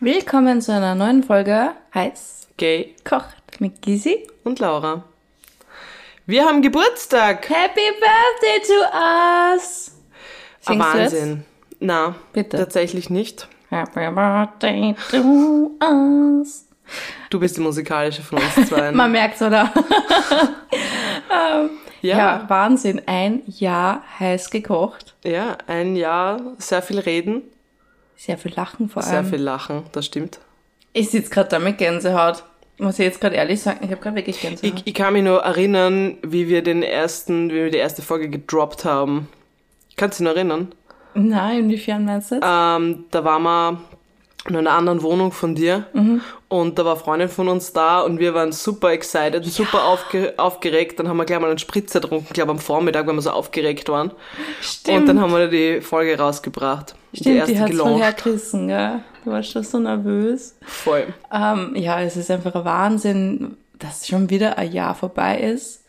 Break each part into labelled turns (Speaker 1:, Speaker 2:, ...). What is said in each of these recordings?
Speaker 1: Willkommen zu einer neuen Folge Heiß
Speaker 2: Gay
Speaker 1: kocht mit Gisi.
Speaker 2: und Laura. Wir haben Geburtstag.
Speaker 1: Happy Birthday to us!
Speaker 2: Ah,
Speaker 1: Singst du jetzt?
Speaker 2: Wahnsinn. Na,
Speaker 1: Bitte.
Speaker 2: tatsächlich nicht.
Speaker 1: Happy Birthday to us.
Speaker 2: Du bist die musikalische von uns zwei.
Speaker 1: Man merkt's, oder?
Speaker 2: ja,
Speaker 1: ja,
Speaker 2: ja.
Speaker 1: Wahnsinn. Ein Jahr heiß gekocht.
Speaker 2: ein Jahr, sehr viel reden,
Speaker 1: Sehr viel Lachen vor
Speaker 2: sehr
Speaker 1: allem.
Speaker 2: viel lachen, das stimmt.
Speaker 1: Ich sitze gerade da mit Gänsehaut. Muss ich jetzt gerade ehrlich sagen, ich habe gerade wirklich Gänsehaut.
Speaker 2: Ich, ich kann mich nur erinnern, wie wir den ersten, wie wir die erste Folge gedroppt haben. Kannst du dich noch erinnern?
Speaker 1: Nein, inwiefern meinst du das?
Speaker 2: Ähm, da waren wir in einer anderen Wohnung von dir und da war eine Freundin von uns da und wir waren super excited, super aufge aufgeregt. Dann haben wir gleich mal einen Spritzer getrunken, glaube am Vormittag, weil wir so aufgeregt waren.
Speaker 1: Stimmt.
Speaker 2: Und dann haben wir die Folge rausgebracht. die
Speaker 1: Stimmt,
Speaker 2: erste
Speaker 1: die hat's voll
Speaker 2: gelauncht.
Speaker 1: hergerissen, gell? Du warst schon so nervös.
Speaker 2: Voll.
Speaker 1: Ähm, ja, es ist einfach ein Wahnsinn, dass schon wieder ein Jahr vorbei ist.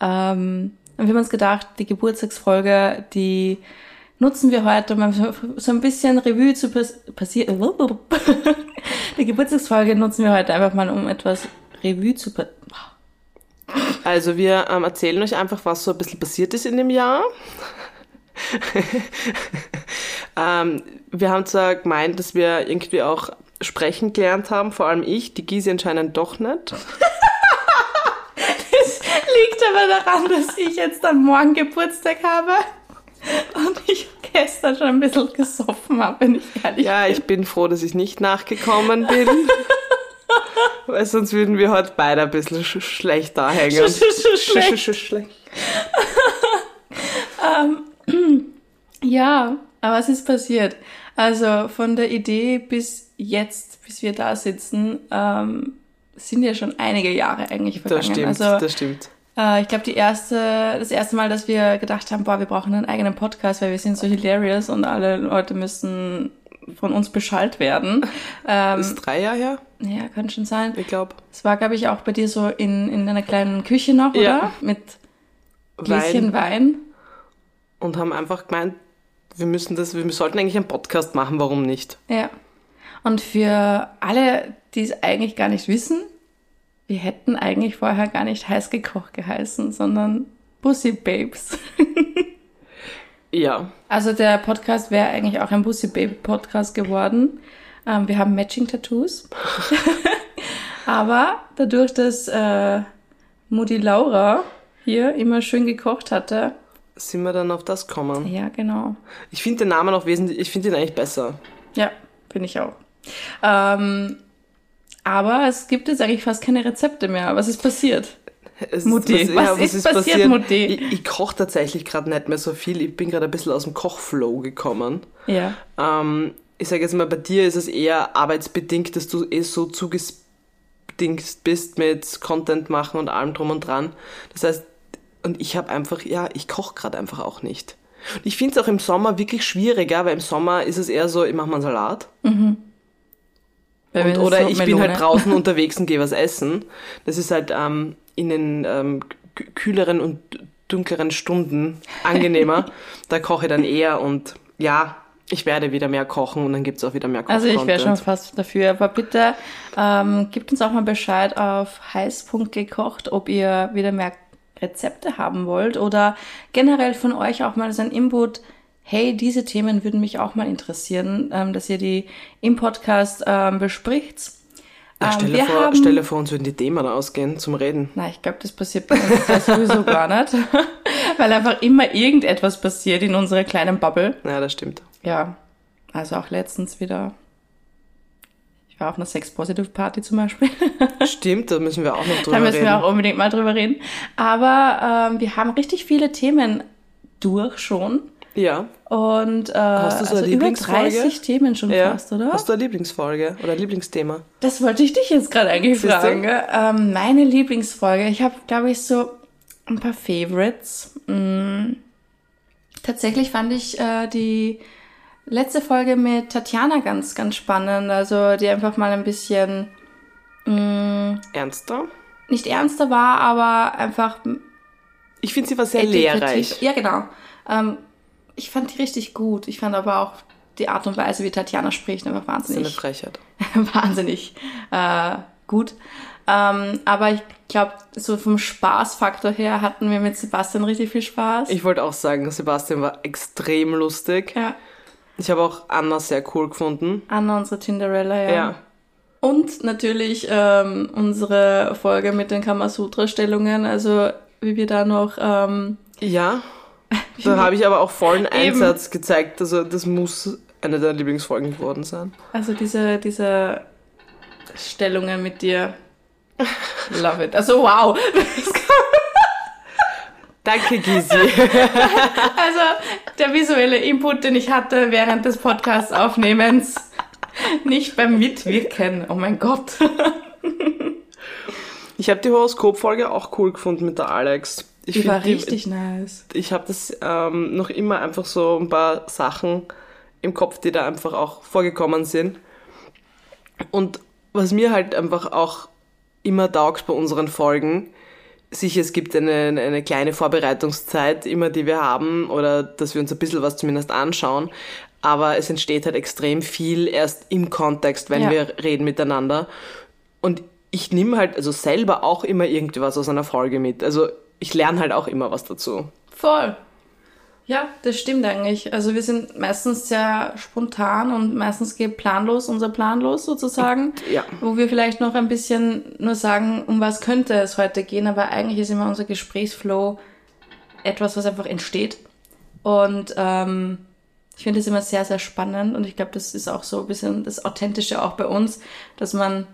Speaker 1: Ähm, und wir haben uns gedacht, die Geburtstagsfolge, die nutzen wir heute, um so- so ein bisschen Revue zu äh, passieren. die Geburtstagsfolge nutzen wir heute einfach mal, um etwas Revue zu pa-
Speaker 2: Also wir ähm, erzählen euch einfach, was so ein bisschen passiert ist in dem Jahr. ähm, wir haben zwar gemeint, dass wir irgendwie auch sprechen gelernt haben, vor allem ich, die Gysi anscheinend doch nicht.
Speaker 1: Es liegt aber daran, dass ich jetzt dann morgen Geburtstag habe und ich gestern schon ein bisschen gesoffen habe, wenn ich ehrlich
Speaker 2: Ja, ich bin froh, dass ich nicht nachgekommen bin. Weil sonst würden wir heute beide ein bisschen sch schlecht da hängen.
Speaker 1: Sch- sch- sch- schlecht.
Speaker 2: Sch- sch- sch- schlecht.
Speaker 1: Ja, aber was ist passiert? Also von der Idee bis jetzt, bis wir da sitzen, ähm, sind ja schon einige Jahre eigentlich vergangen.
Speaker 2: Das stimmt,
Speaker 1: also
Speaker 2: das stimmt.
Speaker 1: äh, ich glaube, die erste, das erste Mal, dass wir gedacht haben, boah, wir brauchen einen eigenen Podcast, weil wir sind so hilarious und alle Leute müssen von uns beschallt werden. Ähm,
Speaker 2: Ist drei Jahre her,
Speaker 1: ja, kann schon sein.
Speaker 2: ich glaube.
Speaker 1: Es war, glaube ich, auch bei dir so in, in einer kleinen Küche noch, oder?
Speaker 2: Ja.
Speaker 1: Mit Gläschen Wein.
Speaker 2: Wein. Und haben einfach gemeint, wir müssen das, wir sollten eigentlich einen Podcast machen, warum nicht?
Speaker 1: Ja. Und für alle, die es eigentlich gar nicht wissen, wir hätten eigentlich vorher gar nicht heiß gekocht geheißen, sondern Bussi Babes.
Speaker 2: Ja.
Speaker 1: Also der Podcast wäre eigentlich auch ein Bussi Baby Podcast geworden. Ähm, wir haben Matching Tattoos. Aber dadurch, dass äh, Mutti Laura hier immer schön gekocht hatte.
Speaker 2: Sind wir dann auf das gekommen?
Speaker 1: Ja, genau.
Speaker 2: Ich finde den Namen auch wesentlich, ich finde ihn eigentlich besser.
Speaker 1: Ja, finde ich auch. Ähm, aber es gibt jetzt eigentlich fast keine Rezepte mehr. Was ist passiert?
Speaker 2: Es
Speaker 1: Mutti,
Speaker 2: passi-
Speaker 1: was ist passiert, Mutti?
Speaker 2: Ich, ich koche tatsächlich gerade nicht mehr so viel. Ich bin gerade ein bisschen aus dem Kochflow gekommen.
Speaker 1: Ja.
Speaker 2: Ähm, ich sage jetzt mal, bei dir ist es eher arbeitsbedingt, dass du eh so zugespinkt bist mit Content machen und allem drum und dran. Das heißt, und ich habe einfach, ja, ich koche gerade einfach auch nicht. Und ich finde es auch im Sommer wirklich schwieriger, weil im Sommer ist es eher so, ich mache mal einen Salat.
Speaker 1: Wenn
Speaker 2: Und,
Speaker 1: wir
Speaker 2: oder
Speaker 1: so ne?
Speaker 2: ich bin
Speaker 1: Melone-
Speaker 2: halt draußen unterwegs und gehe was essen. Das ist halt ähm, in den ähm, kü- kühleren und dunkleren Stunden angenehmer. da koche ich dann eher und ja, ich werde wieder mehr kochen und dann gibt's auch wieder mehr Kochen.
Speaker 1: Also ich wäre schon fast dafür, aber bitte ähm, gebt uns auch mal Bescheid auf heiß.gekocht, ob ihr wieder mehr Rezepte haben wollt oder generell von euch auch mal so ein Input. Hey, diese Themen würden mich auch mal interessieren, ähm, dass ihr die im Podcast ähm, bespricht.
Speaker 2: Ach,
Speaker 1: Ähm,
Speaker 2: stelle,
Speaker 1: wir
Speaker 2: vor,
Speaker 1: haben-
Speaker 2: stelle vor, uns würden die Themen ausgehen zum Reden.
Speaker 1: Na, ich glaube, das passiert bei uns ja sowieso gar nicht, weil einfach immer irgendetwas passiert in unserer kleinen Bubble.
Speaker 2: Ja, das stimmt.
Speaker 1: Ja, also auch letztens wieder. Ich war auf einer Sex-Positive-Party zum Beispiel.
Speaker 2: Stimmt, da müssen wir auch noch drüber
Speaker 1: da müssen
Speaker 2: reden.
Speaker 1: wir auch unbedingt mal drüber reden. Aber ähm, wir haben richtig viele Themen durch schon.
Speaker 2: ja.
Speaker 1: Und äh,
Speaker 2: du so
Speaker 1: also
Speaker 2: eine
Speaker 1: über
Speaker 2: Lieblingsfolge?
Speaker 1: 30 Themen schon
Speaker 2: ja.
Speaker 1: fast, oder?
Speaker 2: Hast du eine Lieblingsfolge oder Lieblingsthema?
Speaker 1: Das wollte ich dich jetzt gerade eigentlich
Speaker 2: Siehst du?
Speaker 1: fragen. gell? Ähm, meine Lieblingsfolge. Ich habe, glaube ich, so ein paar Favorites. Mm. Tatsächlich fand ich äh, die letzte Folge mit Tatjana ganz, ganz spannend. Also die einfach mal ein bisschen
Speaker 2: Ernster?
Speaker 1: nicht ernster war, aber einfach
Speaker 2: Ich finde, sie war sehr
Speaker 1: edukativ.
Speaker 2: lehrreich.
Speaker 1: Ja, genau. Ähm, ich fand die richtig gut. Ich fand aber auch die Art und Weise, wie Tatjana spricht, einfach
Speaker 2: Das ist eine
Speaker 1: wahnsinnig,
Speaker 2: Frechheit.
Speaker 1: wahnsinnig äh, gut. Ähm, aber ich glaube, so vom Spaßfaktor her hatten wir mit Sebastian richtig viel Spaß.
Speaker 2: Ich wollte auch sagen, Sebastian war extrem lustig.
Speaker 1: ja,
Speaker 2: Ich habe auch Anna sehr cool gefunden.
Speaker 1: Anna, unsere Tinderella, ja.
Speaker 2: Ja.
Speaker 1: Und natürlich ähm, unsere Folge mit den Kamasutra-Stellungen, also wie wir da noch ähm,
Speaker 2: Ja. Da habe ich aber auch vollen Einsatz gezeigt. Also das muss eine deiner Lieblingsfolgen geworden sein.
Speaker 1: Also diese, diese Stellungen mit dir. Love it. Also wow.
Speaker 2: Danke, Gisi.
Speaker 1: Also der visuelle Input, den ich hatte während des Podcast-Aufnehmens. Nicht beim Mitwirken. Oh mein Gott.
Speaker 2: Ich habe die Horoskopfolge auch cool gefunden mit der Alex. Ich
Speaker 1: Die war
Speaker 2: find die-
Speaker 1: richtig nice.
Speaker 2: Ich habe das ähm, noch immer einfach so ein paar Sachen im Kopf, die da einfach auch vorgekommen sind. Und was mir halt einfach auch immer taugt bei unseren Folgen, sicher, es gibt eine, eine kleine Vorbereitungszeit immer, die wir haben oder dass wir uns ein bisschen was zumindest anschauen. Aber es entsteht halt extrem viel erst im Kontext, wenn
Speaker 1: Ja.
Speaker 2: wir reden miteinander. Und ich nehme halt also selber auch immer irgendwas aus einer Folge mit. Also ich lerne halt auch immer was dazu.
Speaker 1: Voll. Ja, das stimmt eigentlich. Also wir sind meistens sehr spontan und meistens geht planlos unser Plan los sozusagen.
Speaker 2: Ja.
Speaker 1: Wo wir vielleicht noch ein bisschen nur sagen, um was könnte es heute gehen, aber eigentlich ist immer unser Gesprächsflow etwas, was einfach entsteht. Und ähm, ich finde es immer sehr, sehr spannend und ich glaube, das ist auch so ein bisschen das Authentische auch bei uns, dass man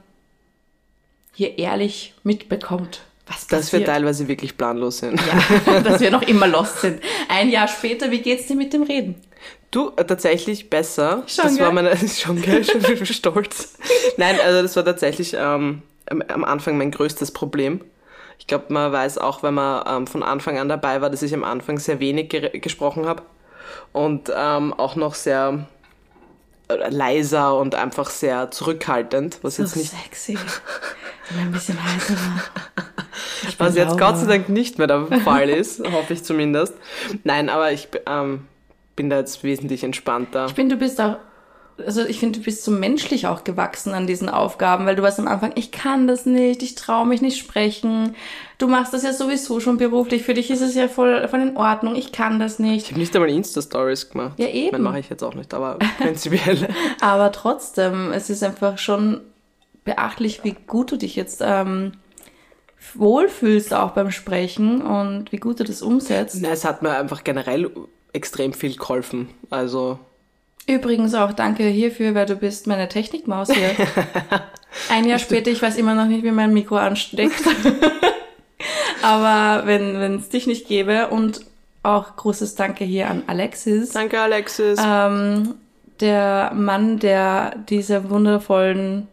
Speaker 1: hier ehrlich mitbekommt, was
Speaker 2: Dass wir
Speaker 1: passiert.
Speaker 2: teilweise wirklich planlos sind.
Speaker 1: Ja, dass wir noch immer lost sind. Ein Jahr später, wie geht's dir mit dem Reden?
Speaker 2: Du, äh, tatsächlich besser.
Speaker 1: Schon,
Speaker 2: das
Speaker 1: gell?
Speaker 2: war meine, schon, gell? Schon wieder stolz. Nein, also das war tatsächlich ähm, am, am Anfang mein größtes Problem. Ich glaube, man weiß auch, wenn man ähm, von Anfang an dabei war, dass ich am Anfang sehr wenig gere- gesprochen habe und ähm, auch noch sehr äh, leiser und einfach sehr zurückhaltend, was jetzt
Speaker 1: so
Speaker 2: nicht,
Speaker 1: sexy. Wenn man ein bisschen heißer war. Ich bin
Speaker 2: was Also jetzt
Speaker 1: sauer.
Speaker 2: Gott sei Dank nicht mehr der Fall ist, hoffe ich zumindest. Nein, aber ich ähm, bin da jetzt wesentlich entspannter.
Speaker 1: Ich finde, du bist auch, also ich finde, du bist so menschlich auch gewachsen an diesen Aufgaben, weil du warst am Anfang, ich kann das nicht, ich traue mich nicht sprechen. Du machst das ja sowieso schon beruflich, für dich ist es ja voll, voll in Ordnung, ich kann das nicht.
Speaker 2: Ich habe nicht einmal Insta-Stories gemacht.
Speaker 1: Ja, eben.
Speaker 2: Ich meine, mache ich jetzt auch nicht, aber prinzipiell.
Speaker 1: Aber trotzdem, es ist einfach schon beachtlich, wie gut du dich jetzt ähm, wohlfühlst auch beim Sprechen und wie gut du das umsetzt.
Speaker 2: Na, es hat mir einfach generell extrem viel geholfen. Also,
Speaker 1: Übrigens auch danke hierfür, weil du bist meine Technikmaus hier. Ein Jahr später, ich weiß immer noch nicht, wie mein Mikro ansteckt. Aber wenn es dich nicht gäbe und auch großes Danke hier an Alexis,
Speaker 2: danke Alexis.
Speaker 1: ähm, der Mann, der diese wundervollen,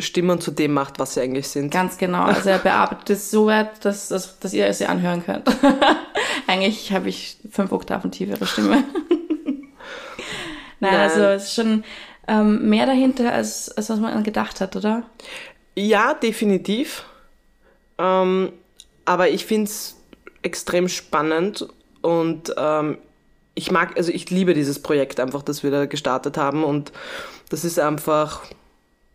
Speaker 2: Stimmen zu dem macht, was sie eigentlich sind.
Speaker 1: ganz genau, also er bearbeitet es so weit, dass, dass, dass ihr es ja anhören könnt. Eigentlich habe ich fünf Oktaven tiefere Stimme. Nein,
Speaker 2: Nein.
Speaker 1: also es ist schon ähm, mehr dahinter, als, als was man gedacht hat, oder?
Speaker 2: Ja, definitiv. Ähm, aber ich find's extrem spannend und ähm, ich mag, also ich liebe dieses Projekt einfach, das wir da gestartet haben und das ist einfach,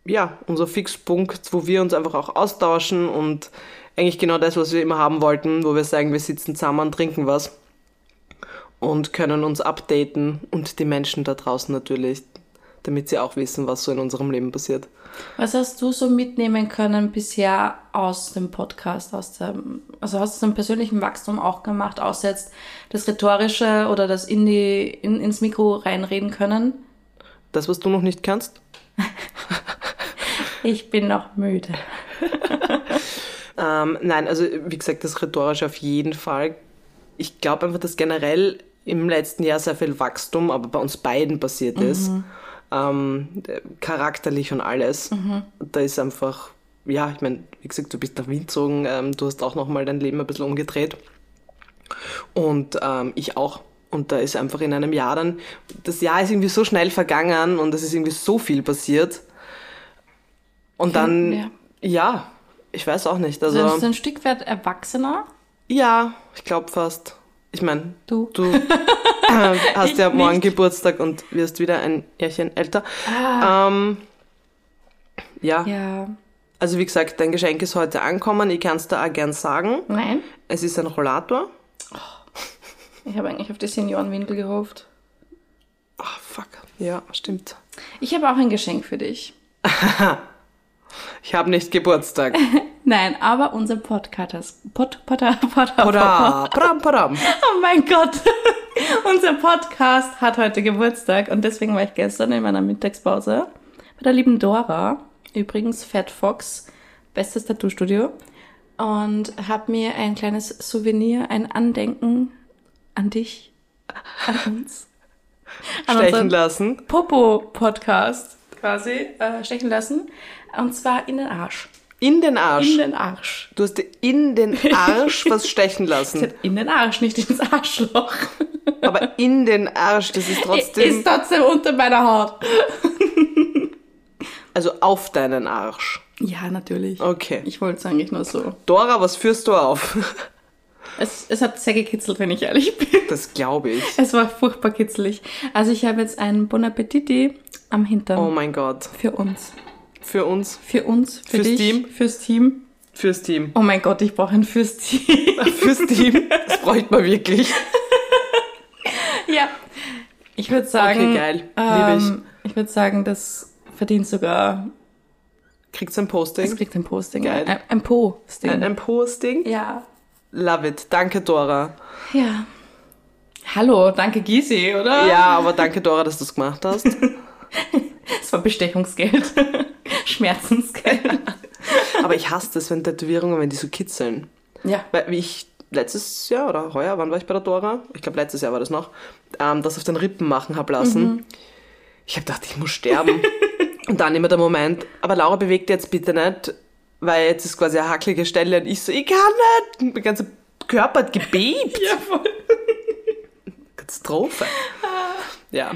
Speaker 2: ja, unser Fixpunkt, wo wir uns einfach auch austauschen und eigentlich genau das, was wir immer haben wollten, wo wir sagen, wir sitzen zusammen und trinken was und können uns updaten und die Menschen da draußen natürlich, damit sie auch wissen, was so in unserem Leben passiert.
Speaker 1: Was hast du so mitnehmen können bisher aus dem Podcast, aus dem, also hast du zum persönlichen Wachstum auch gemacht, außer jetzt das Rhetorische oder das in die, in, ins Mikro reinreden können?
Speaker 2: Das, was du noch nicht kannst?
Speaker 1: Ich bin noch müde.
Speaker 2: Ähm, nein, also wie gesagt, das rhetorische auf jeden Fall. Ich glaube einfach, dass generell im letzten Jahr sehr viel Wachstum, aber bei uns beiden passiert ist. Ähm, d- charakterlich und alles. Da ist einfach, ja, ich meine, wie gesagt, du bist nach Wien gezogen, ähm, du hast auch nochmal dein Leben ein bisschen umgedreht. Und ähm, ich auch. Und da ist einfach in einem Jahr dann, das Jahr ist irgendwie so schnell vergangen und es ist irgendwie so viel passiert. Und dann,
Speaker 1: Ja.
Speaker 2: ja, ich weiß auch nicht. Also,
Speaker 1: Also, du bist ein Stück weit erwachsener.
Speaker 2: ja, ich glaube fast. Ich meine,
Speaker 1: Du.
Speaker 2: du. äh, hast
Speaker 1: Ich
Speaker 2: ja morgen
Speaker 1: nicht.
Speaker 2: Geburtstag und wirst wieder ein Jährchen älter. Ähm, ja.
Speaker 1: Ah. Ja.
Speaker 2: also wie gesagt, dein Geschenk ist heute ankommen. Ich kann es da auch gern sagen.
Speaker 1: Nein,
Speaker 2: Es ist ein Rollator.
Speaker 1: ich habe eigentlich auf die Seniorenwindel gehofft.
Speaker 2: Ah, fuck. Ja, stimmt.
Speaker 1: Ich habe auch ein Geschenk für dich.
Speaker 2: Ich habe nicht Geburtstag.
Speaker 1: Nein, aber unser Podcast. Pod, pod, pod, pod,
Speaker 2: Pada, pram, pram.
Speaker 1: Oh mein Gott. unser Podcast hat heute Geburtstag und deswegen war ich gestern in meiner Mittagspause bei der lieben Dora. Übrigens Fat Fox, bestes Tattoo-Studio. Und habe mir ein kleines Souvenir, ein Andenken an dich, an uns, an unseren
Speaker 2: Stechen lassen.
Speaker 1: Popo-Podcast quasi äh, stechen lassen. Und zwar in den Arsch.
Speaker 2: In den
Speaker 1: In
Speaker 2: Arsch.
Speaker 1: den Arsch.
Speaker 2: Du hast dir in den Arsch was stechen
Speaker 1: Sie
Speaker 2: lassen.
Speaker 1: hat In den Arsch, nicht ins Arschloch.
Speaker 2: Aber in den Arsch, das ist trotzdem.
Speaker 1: Ist trotzdem unter meiner Haut.
Speaker 2: Also auf deinen Arsch.
Speaker 1: Ja, natürlich.
Speaker 2: Okay.
Speaker 1: Ich wollte es eigentlich nur so.
Speaker 2: Dora, was führst du auf?
Speaker 1: Es, es hat sehr gekitzelt, wenn ich ehrlich bin.
Speaker 2: Das glaube ich.
Speaker 1: Es war furchtbar kitzelig. Also ich habe jetzt einen Bon Appetiti am Hintern.
Speaker 2: Oh mein Gott.
Speaker 1: Für uns.
Speaker 2: Für uns.
Speaker 1: Für uns, für
Speaker 2: Fürs
Speaker 1: dich,
Speaker 2: Team?
Speaker 1: fürs Team.
Speaker 2: Fürs Team.
Speaker 1: Oh mein Gott, ich brauche ein fürs Team.
Speaker 2: Fürs Team. Das bräuchte man wirklich.
Speaker 1: ja. Ich würde sagen.
Speaker 2: Okay, geil. Liebe ich.
Speaker 1: ähm, ich würde sagen, das verdient sogar.
Speaker 2: Kriegst ein
Speaker 1: Es
Speaker 2: Posting?
Speaker 1: kriegt ein Posting.
Speaker 2: Geil.
Speaker 1: Ein, ein Po-Sting.
Speaker 2: Ein, ein Posting?
Speaker 1: ja.
Speaker 2: Love it. Danke, Dora.
Speaker 1: Ja. Hallo, danke Gysi, oder?
Speaker 2: Ja, aber danke, Dora, dass du es gemacht hast.
Speaker 1: Das war Bestechungsgeld. Schmerzensgeld.
Speaker 2: Aber ich hasse das, wenn Tätowierungen, wenn die so kitzeln.
Speaker 1: Ja.
Speaker 2: Weil wie ich letztes Jahr oder heuer, wann war ich bei der Dora? Ich glaube, letztes Jahr war das noch, ähm, das auf den Rippen machen habe lassen.
Speaker 1: Mhm.
Speaker 2: Ich habe gedacht, ich muss sterben. und dann immer der Moment, aber Laura bewegt jetzt bitte nicht, weil jetzt ist quasi eine hacklige Stelle und ich so, ich kann nicht. Und Mein ganzer Körper hat gebebt.
Speaker 1: Ja, voll.
Speaker 2: Katastrophe. ja,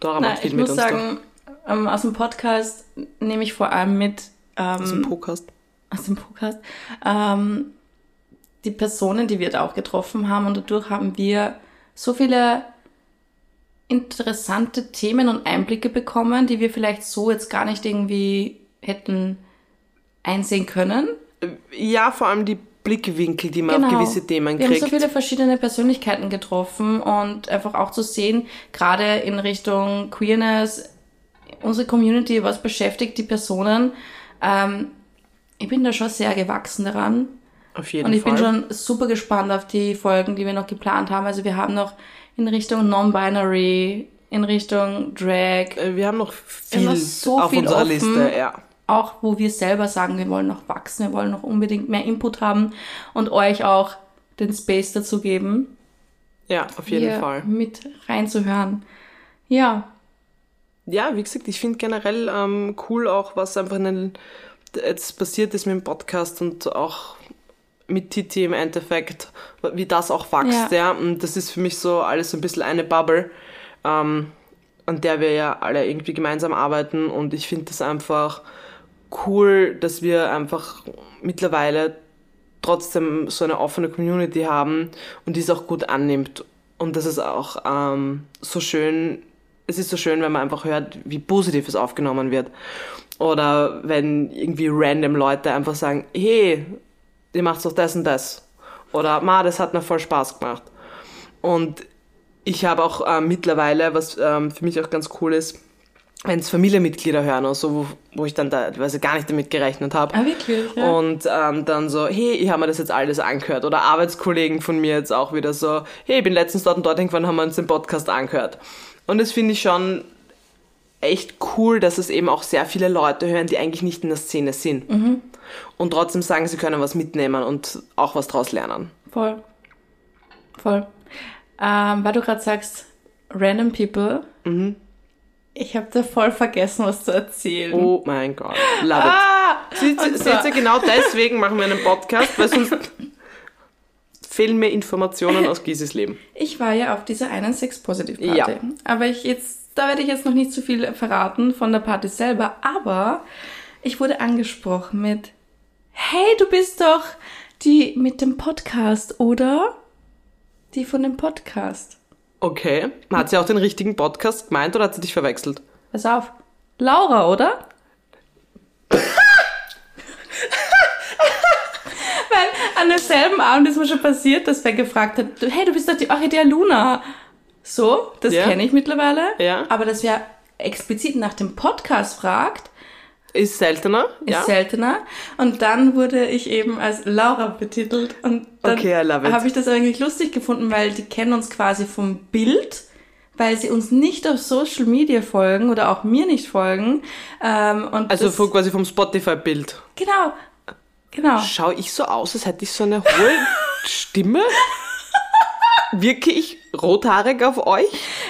Speaker 2: Dora
Speaker 1: Ah. Nein,
Speaker 2: macht viel
Speaker 1: ich
Speaker 2: mit
Speaker 1: muss
Speaker 2: uns
Speaker 1: sagen, ähm, aus dem Podcast nehme ich vor allem mit,
Speaker 2: doch.
Speaker 1: ähm,
Speaker 2: Zum Podcast.
Speaker 1: aus dem Podcast, ähm, die Personen, die wir da auch getroffen haben. Und dadurch haben wir so viele interessante Themen und Einblicke bekommen, die wir vielleicht so jetzt gar nicht irgendwie hätten einsehen können.
Speaker 2: Ja, vor allem die Blickwinkel, die man auf gewisse Themen
Speaker 1: Genau. Wir
Speaker 2: kriegt.
Speaker 1: haben so viele verschiedene Persönlichkeiten getroffen und einfach auch zu sehen, gerade in Richtung Queerness, unsere Community, was beschäftigt die Personen. Ähm, ich bin da schon sehr gewachsen daran
Speaker 2: auf jeden
Speaker 1: und ich
Speaker 2: Fall.
Speaker 1: bin schon super gespannt auf die Folgen, die wir noch geplant haben. Also wir haben noch in Richtung Non-Binary, in Richtung Drag,
Speaker 2: Äh, wir haben noch viel
Speaker 1: noch so
Speaker 2: auf
Speaker 1: viel
Speaker 2: unserer
Speaker 1: offen.
Speaker 2: Liste, ja.
Speaker 1: auch wo wir selber sagen, wir wollen noch wachsen, wir wollen noch unbedingt mehr Input haben und euch auch den Space dazu geben.
Speaker 2: Ja, auf jeden
Speaker 1: hier
Speaker 2: Fall.
Speaker 1: mit reinzuhören. Ja,
Speaker 2: Ja, wie gesagt, ich finde generell ähm, cool auch, was einfach in den, jetzt passiert ist mit dem Podcast und auch mit Titi im Endeffekt, wie das auch wächst, ja. Und das ist für mich so alles so ein bisschen eine Bubble, ähm, an der wir ja alle irgendwie gemeinsam arbeiten. Und ich finde das einfach cool, dass wir einfach mittlerweile trotzdem so eine offene Community haben und die es auch gut annimmt. Und das ist auch ähm, so schön, es ist so schön, wenn man einfach hört, wie positiv es aufgenommen wird. Oder wenn irgendwie random Leute einfach sagen, hey, ihr macht doch das und das. Oder, ma, das hat mir voll Spaß gemacht. Und ich habe auch ähm, mittlerweile, was ähm, für mich auch ganz cool ist, wenn es Familienmitglieder hören oder so, wo, wo ich dann teilweise gar nicht damit gerechnet habe.
Speaker 1: ah, wirklich. Ja.
Speaker 2: Und ähm, dann so, hey, ich habe mir das jetzt alles angehört. Oder Arbeitskollegen von mir jetzt auch wieder so, hey, ich bin letztens dort und dort, irgendwann haben wir uns den Podcast angehört. Und das finde ich schon echt cool, dass es eben auch sehr viele Leute hören, die eigentlich nicht in der Szene sind.
Speaker 1: Mhm.
Speaker 2: Und trotzdem sagen, sie können was mitnehmen und auch was draus lernen.
Speaker 1: Voll. Voll. Ähm, weil du gerade sagst, random people.
Speaker 2: Mhm.
Speaker 1: Ich habe da voll vergessen, was zu erzählen.
Speaker 2: Oh mein Gott, love it.
Speaker 1: Mhm. Ah,
Speaker 2: Seht
Speaker 1: und
Speaker 2: ihr-
Speaker 1: zwar-
Speaker 2: seht ihr, genau deswegen machen wir einen Podcast, weil sonst fehlen mir Informationen aus Gises Leben.
Speaker 1: ich war ja auf dieser einen Sex-Positiv-Party.
Speaker 2: Ja.
Speaker 1: Aber ich jetzt, da werde ich jetzt noch nicht zu viel verraten von der Party selber. Aber ich wurde angesprochen mit, hey, du bist doch die mit dem Podcast, oder? Die von dem Podcast.
Speaker 2: Okay. Hat sie auch den richtigen Podcast gemeint oder hat sie dich verwechselt?
Speaker 1: Pass auf. Laura, oder? Weil an demselben Abend ist mir schon passiert, dass wer gefragt hat, hey, du bist doch die Orchidea Luna. So, das
Speaker 2: Ja.
Speaker 1: kenne ich mittlerweile.
Speaker 2: Ja.
Speaker 1: Aber dass wer explizit nach dem Podcast fragt,
Speaker 2: Ist seltener?
Speaker 1: ist
Speaker 2: ja.
Speaker 1: seltener. Und dann wurde ich eben als Laura betitelt. Und dann
Speaker 2: Okay, I love it.
Speaker 1: habe ich das eigentlich lustig gefunden, weil die kennen uns quasi vom Bild, weil sie uns nicht auf Social Media folgen oder auch mir nicht folgen. Ähm, und
Speaker 2: also
Speaker 1: das,
Speaker 2: von- quasi vom Spotify-Bild.
Speaker 1: genau, genau.
Speaker 2: Schau ich so aus, als hätte ich so eine hohe Stimme? Wirke ich rothaarig auf euch?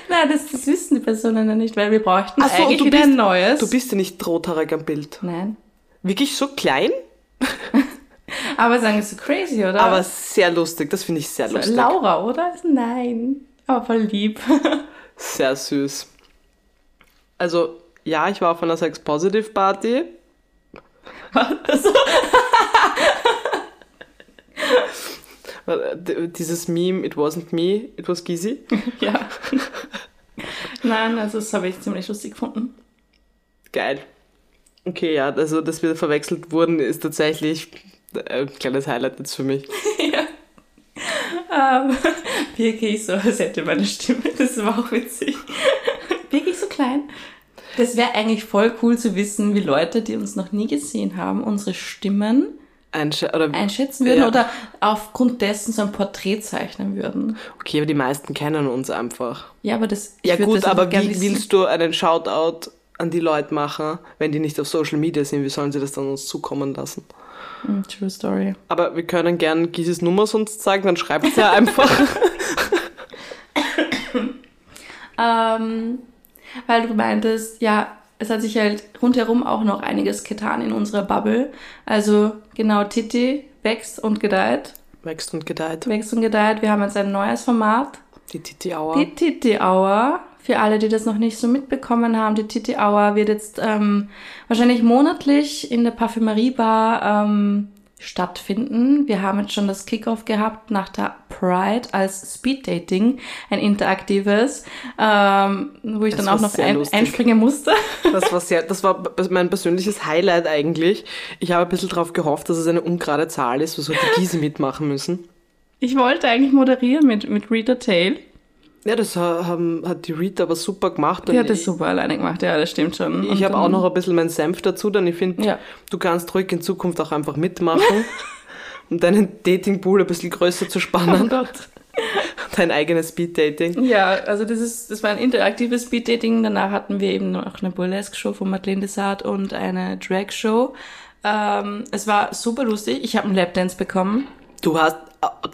Speaker 1: Nein, das, das wissen die Personen ja nicht, weil wir bräuchten
Speaker 2: Ach so, und
Speaker 1: eigentlich
Speaker 2: du
Speaker 1: wieder
Speaker 2: bist-
Speaker 1: ein neues.
Speaker 2: Du bist ja nicht rothaarig am Bild.
Speaker 1: Nein.
Speaker 2: Wirklich so klein,
Speaker 1: Aber sagen wir so crazy, oder?
Speaker 2: aber sehr lustig. Das finde ich sehr lustig.
Speaker 1: Laura, oder? Nein. Aber voll lieb.
Speaker 2: Sehr süß. Also, ja, ich war auf einer Sex Positive Party. Weil, äh, d- Dieses Meme, it wasn't me, it was Gizzy.
Speaker 1: ja. Nein, also das habe ich ziemlich lustig gefunden.
Speaker 2: Geil. Okay, ja, also, dass wir verwechselt wurden, ist tatsächlich ein kleines Highlight jetzt für mich.
Speaker 1: ja. Ähm, wirklich so, als hätte meine Stimme. Das war auch witzig. wirklich so klein. Das wäre eigentlich voll cool zu wissen, wie Leute, die uns noch nie gesehen haben, unsere Stimmen
Speaker 2: Einsch- oder
Speaker 1: einschätzen würden
Speaker 2: Ja.
Speaker 1: oder aufgrund dessen so ein Porträt zeichnen würden.
Speaker 2: Okay, aber die meisten kennen uns einfach.
Speaker 1: Ja, aber das. ich
Speaker 2: Ja
Speaker 1: würd
Speaker 2: gut,
Speaker 1: das
Speaker 2: aber
Speaker 1: einfach gern
Speaker 2: wie
Speaker 1: wissen.
Speaker 2: willst du einen Shoutout an die Leute machen, wenn die nicht auf Social Media sind? Wie sollen sie das dann uns zukommen lassen?
Speaker 1: Hm, True Story.
Speaker 2: Aber wir können gern Gises Nummer sonst sagen, dann schreibt sie ja einfach.
Speaker 1: Ähm, weil du meintest, ja, es hat sich halt rundherum auch noch einiges getan in unserer Bubble. Also genau, Titi wächst und gedeiht.
Speaker 2: Wächst und gedeiht.
Speaker 1: Wächst und gedeiht. Wir haben jetzt ein neues Format.
Speaker 2: Die Titi Auer.
Speaker 1: Die Titi Hour. Für alle, die das noch nicht so mitbekommen haben, die Titi Hour wird jetzt ähm, wahrscheinlich monatlich in der Parfümeriebar ähm, stattfinden. Wir haben jetzt schon das Kickoff gehabt nach der Pride als Speed Dating, ein interaktives, ähm, wo ich
Speaker 2: Das
Speaker 1: dann auch
Speaker 2: war
Speaker 1: noch
Speaker 2: sehr
Speaker 1: ein,
Speaker 2: lustig.
Speaker 1: einspringen musste.
Speaker 2: Das war, sehr, das war b- mein persönliches Highlight eigentlich. Ich habe ein bisschen drauf gehofft, dass es eine ungerade Zahl ist, wieso die Gise mitmachen müssen.
Speaker 1: Ich wollte eigentlich moderieren mit, mit Rita Tail.
Speaker 2: Ja, das ha- haben, hat die Rita aber super gemacht.
Speaker 1: Die
Speaker 2: und
Speaker 1: hat das
Speaker 2: ich-
Speaker 1: super alleine gemacht, ja, das stimmt schon.
Speaker 2: Ich
Speaker 1: Und
Speaker 2: habe auch
Speaker 1: dann-
Speaker 2: noch ein bisschen meinen Senf dazu, denn ich finde,
Speaker 1: Ja.
Speaker 2: du kannst ruhig in Zukunft auch einfach mitmachen, um deinen Datingpool ein bisschen größer zu
Speaker 1: Oh
Speaker 2: spannen,
Speaker 1: Gott.
Speaker 2: dein eigenes Speed-Dating.
Speaker 1: Ja, also das ist, das war ein interaktives Speed-Dating. Danach hatten wir eben noch eine Burlesque-Show von Madeleine Dessart und eine Drag-Show. Ähm, es war super lustig. Ich habe einen Lapdance bekommen.
Speaker 2: Du hast,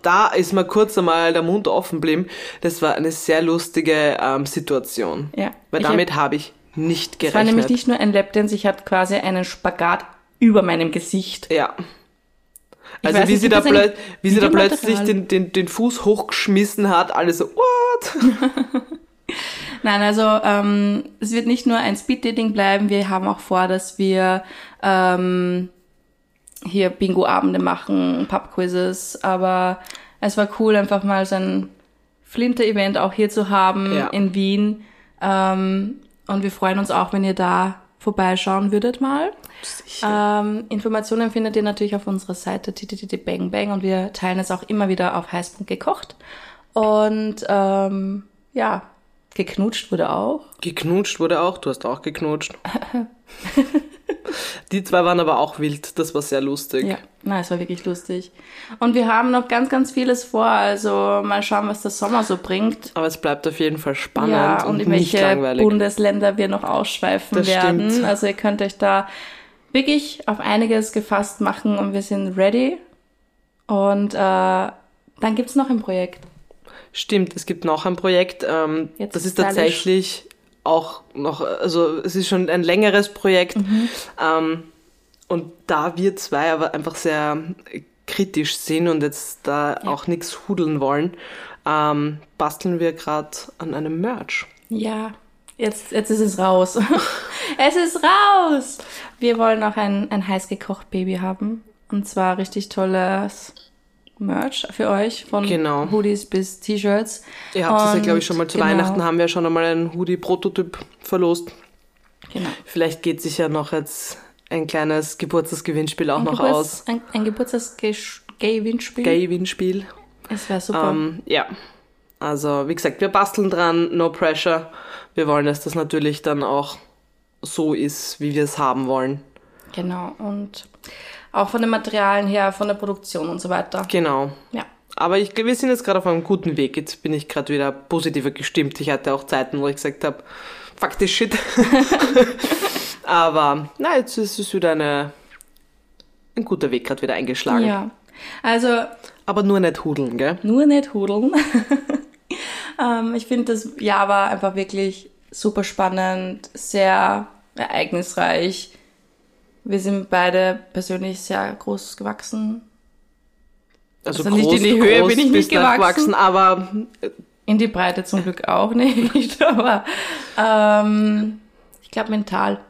Speaker 2: da ist mir kurz einmal der Mund offen geblieben, das war eine sehr lustige ähm, Situation,
Speaker 1: Ja.
Speaker 2: weil
Speaker 1: ich
Speaker 2: damit habe ich nicht
Speaker 1: hab, es war
Speaker 2: gerechnet.
Speaker 1: nämlich nicht nur ein Lapdance, ich hatte quasi einen Spagat über meinem Gesicht.
Speaker 2: ja. Also
Speaker 1: weiß
Speaker 2: wie
Speaker 1: nicht,
Speaker 2: sie,
Speaker 1: gibt
Speaker 2: da
Speaker 1: es ein
Speaker 2: plöt- wie sie da
Speaker 1: Videomaterial?
Speaker 2: plötzlich den, den, den Fuß hochgeschmissen hat, alle so, what?
Speaker 1: Nein, also ähm, es wird nicht nur ein Speed-Dating bleiben. Wir haben auch vor, dass wir ähm, hier Bingo-Abende machen, Pub-Quizzes. Aber es war cool, einfach mal so ein Flinte-Event auch hier zu haben
Speaker 2: Ja.
Speaker 1: in Wien. Ähm, und wir freuen uns auch, wenn ihr da vorbeischauen würdet mal. Ähm, Informationen findet ihr natürlich auf unserer Seite TTTT Bang Bang und wir teilen es auch immer wieder auf Heißpunkt gekocht. Und ähm, ja, geknutscht wurde auch.
Speaker 2: Geknutscht wurde auch, du hast auch geknutscht. Die zwei waren aber auch wild, das war sehr lustig.
Speaker 1: Ja, na, es war wirklich lustig. Und wir haben noch ganz, ganz vieles vor, also mal schauen, was der Sommer so bringt.
Speaker 2: Aber es bleibt auf jeden Fall spannend
Speaker 1: Ja, und,
Speaker 2: und,
Speaker 1: in
Speaker 2: nicht
Speaker 1: welche
Speaker 2: langweilig.
Speaker 1: Bundesländer wir noch ausschweifen
Speaker 2: Das
Speaker 1: werden.
Speaker 2: stimmt.
Speaker 1: Also ihr könnt euch da wirklich auf einiges gefasst machen und wir sind ready. Und äh, dann gibt's noch ein Projekt.
Speaker 2: Stimmt, es gibt noch ein Projekt, ähm,
Speaker 1: Jetzt
Speaker 2: das ist
Speaker 1: stylisch.
Speaker 2: tatsächlich auch noch, also es ist schon ein längeres Projekt.
Speaker 1: Mhm.
Speaker 2: Ähm, und da wir zwei aber einfach sehr kritisch sind und jetzt da auch nichts hudeln wollen, ähm, basteln wir gerade an einem Merch.
Speaker 1: Ja, jetzt, jetzt ist es raus. es ist raus! Wir wollen auch ein, ein heißgekocht Baby haben. Und zwar richtig tolles Merch für euch, von
Speaker 2: Genau.
Speaker 1: Hoodies bis T-Shirts.
Speaker 2: Ihr habt es ja,
Speaker 1: Und
Speaker 2: glaube ich, schon mal zu
Speaker 1: genau,
Speaker 2: Weihnachten haben wir schon einmal einen Hoodie-Prototyp verlost.
Speaker 1: Genau.
Speaker 2: Vielleicht geht sich ja noch jetzt ein kleines Geburtstagsgewinnspiel auch
Speaker 1: Ein,
Speaker 2: noch
Speaker 1: Geburts
Speaker 2: aus.
Speaker 1: ein, ein Geburtstagsgay-Windspiel.
Speaker 2: Gay-Winspiel.
Speaker 1: Es wäre super.
Speaker 2: Ähm, ja. Also, wie gesagt, wir basteln dran, no pressure. Wir wollen, dass das natürlich dann auch so ist, wie wir es haben wollen.
Speaker 1: Genau. Und auch von den Materialien her, von der Produktion und so weiter.
Speaker 2: Genau.
Speaker 1: Ja.
Speaker 2: Aber ich, wir sind jetzt gerade auf einem guten Weg. Jetzt bin ich gerade wieder positiver gestimmt. Ich hatte auch Zeiten, wo ich gesagt habe, fuck this shit. Aber na, jetzt ist es wieder eine, ein guter Weg gerade wieder eingeschlagen.
Speaker 1: Ja. Also
Speaker 2: Aber nur nicht hudeln, gell?
Speaker 1: nur nicht hudeln. ähm, ich finde, das Jahr war einfach wirklich super spannend, sehr ereignisreich. Wir sind beide persönlich sehr groß gewachsen.
Speaker 2: Also,
Speaker 1: Also nicht in die Höhe bin ich nicht
Speaker 2: bist
Speaker 1: gewachsen.
Speaker 2: aber
Speaker 1: In die Breite zum Glück auch nicht, aber ähm, ich glaube mental.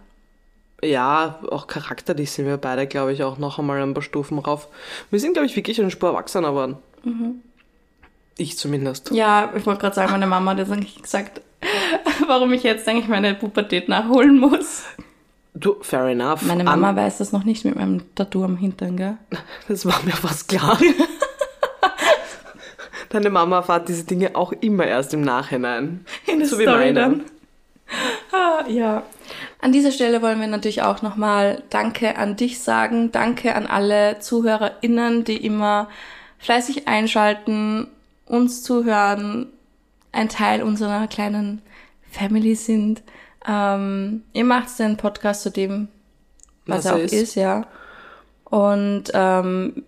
Speaker 2: ja, auch charakterlich sind wir beide, glaube ich, auch noch einmal ein paar Stufen rauf. Wir sind, glaube ich, wirklich ein Spur erwachsener geworden.
Speaker 1: Mhm.
Speaker 2: Ich zumindest.
Speaker 1: Ja, ich wollte gerade sagen, meine Mama hat jetzt eigentlich gesagt, warum ich jetzt eigentlich meine Pubertät nachholen muss.
Speaker 2: Du, fair enough.
Speaker 1: Meine Mama
Speaker 2: An-
Speaker 1: weiß das noch nicht mit meinem Tattoo am Hintern, gell?
Speaker 2: Das war mir fast klar. Deine Mama erfahrt diese Dinge auch immer erst im Nachhinein.
Speaker 1: In der
Speaker 2: So wie
Speaker 1: Story
Speaker 2: meine.
Speaker 1: dann. Ah, ja. An dieser Stelle wollen wir natürlich auch nochmal Danke an dich sagen. Danke an alle ZuhörerInnen, die immer fleißig einschalten, uns zuhören, ein Teil unserer kleinen Family sind. Ähm, ihr macht den Podcast zu dem, was,
Speaker 2: Was
Speaker 1: er
Speaker 2: er
Speaker 1: auch
Speaker 2: ist.
Speaker 1: ist. ja. Und ähm,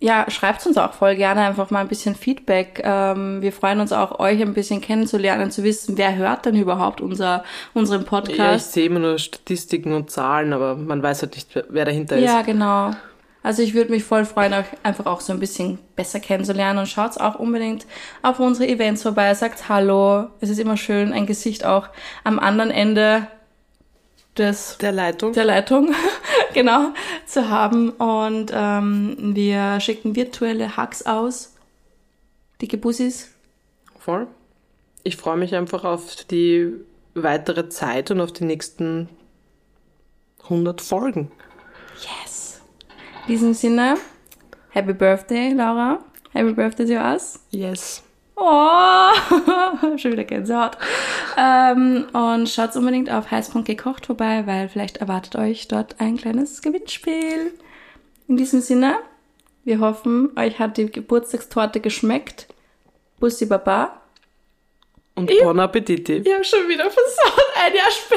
Speaker 1: ja, schreibt uns auch voll gerne einfach mal ein bisschen Feedback. Ähm, wir freuen uns auch, euch ein bisschen kennenzulernen, zu wissen, wer hört denn überhaupt unser, unseren
Speaker 2: Ja, ich
Speaker 1: Podcast.
Speaker 2: sehe immer nur Statistiken und Zahlen, aber man weiß halt nicht, wer- wer dahinter
Speaker 1: Ja,
Speaker 2: ist.
Speaker 1: genau. Also ich würde mich voll freuen, euch einfach auch so ein bisschen besser kennenzulernen und schaut auch unbedingt auf unsere Events vorbei, sagt Hallo. Es ist immer schön, ein Gesicht auch am anderen Ende des
Speaker 2: Der Leitung.
Speaker 1: der Leitung genau zu haben und ähm, wir schicken virtuelle Hacks aus. Dicke Bussis.
Speaker 2: Voll. Ich freue mich einfach auf die weitere Zeit und auf die nächsten 100 Folgen.
Speaker 1: Yes. In diesem Sinne, Happy Birthday, Laura. Happy Birthday to us.
Speaker 2: Yes.
Speaker 1: Oh, schon wieder Gänsehaut. Ähm, und schaut unbedingt auf heiß.gekocht vorbei, weil vielleicht erwartet euch dort ein kleines Gewinnspiel. In diesem Sinne, wir hoffen, euch hat die Geburtstagstorte geschmeckt. Bussi Baba.
Speaker 2: Und bon appetit.
Speaker 1: Ich habe schon wieder versaut, ein Jahr später.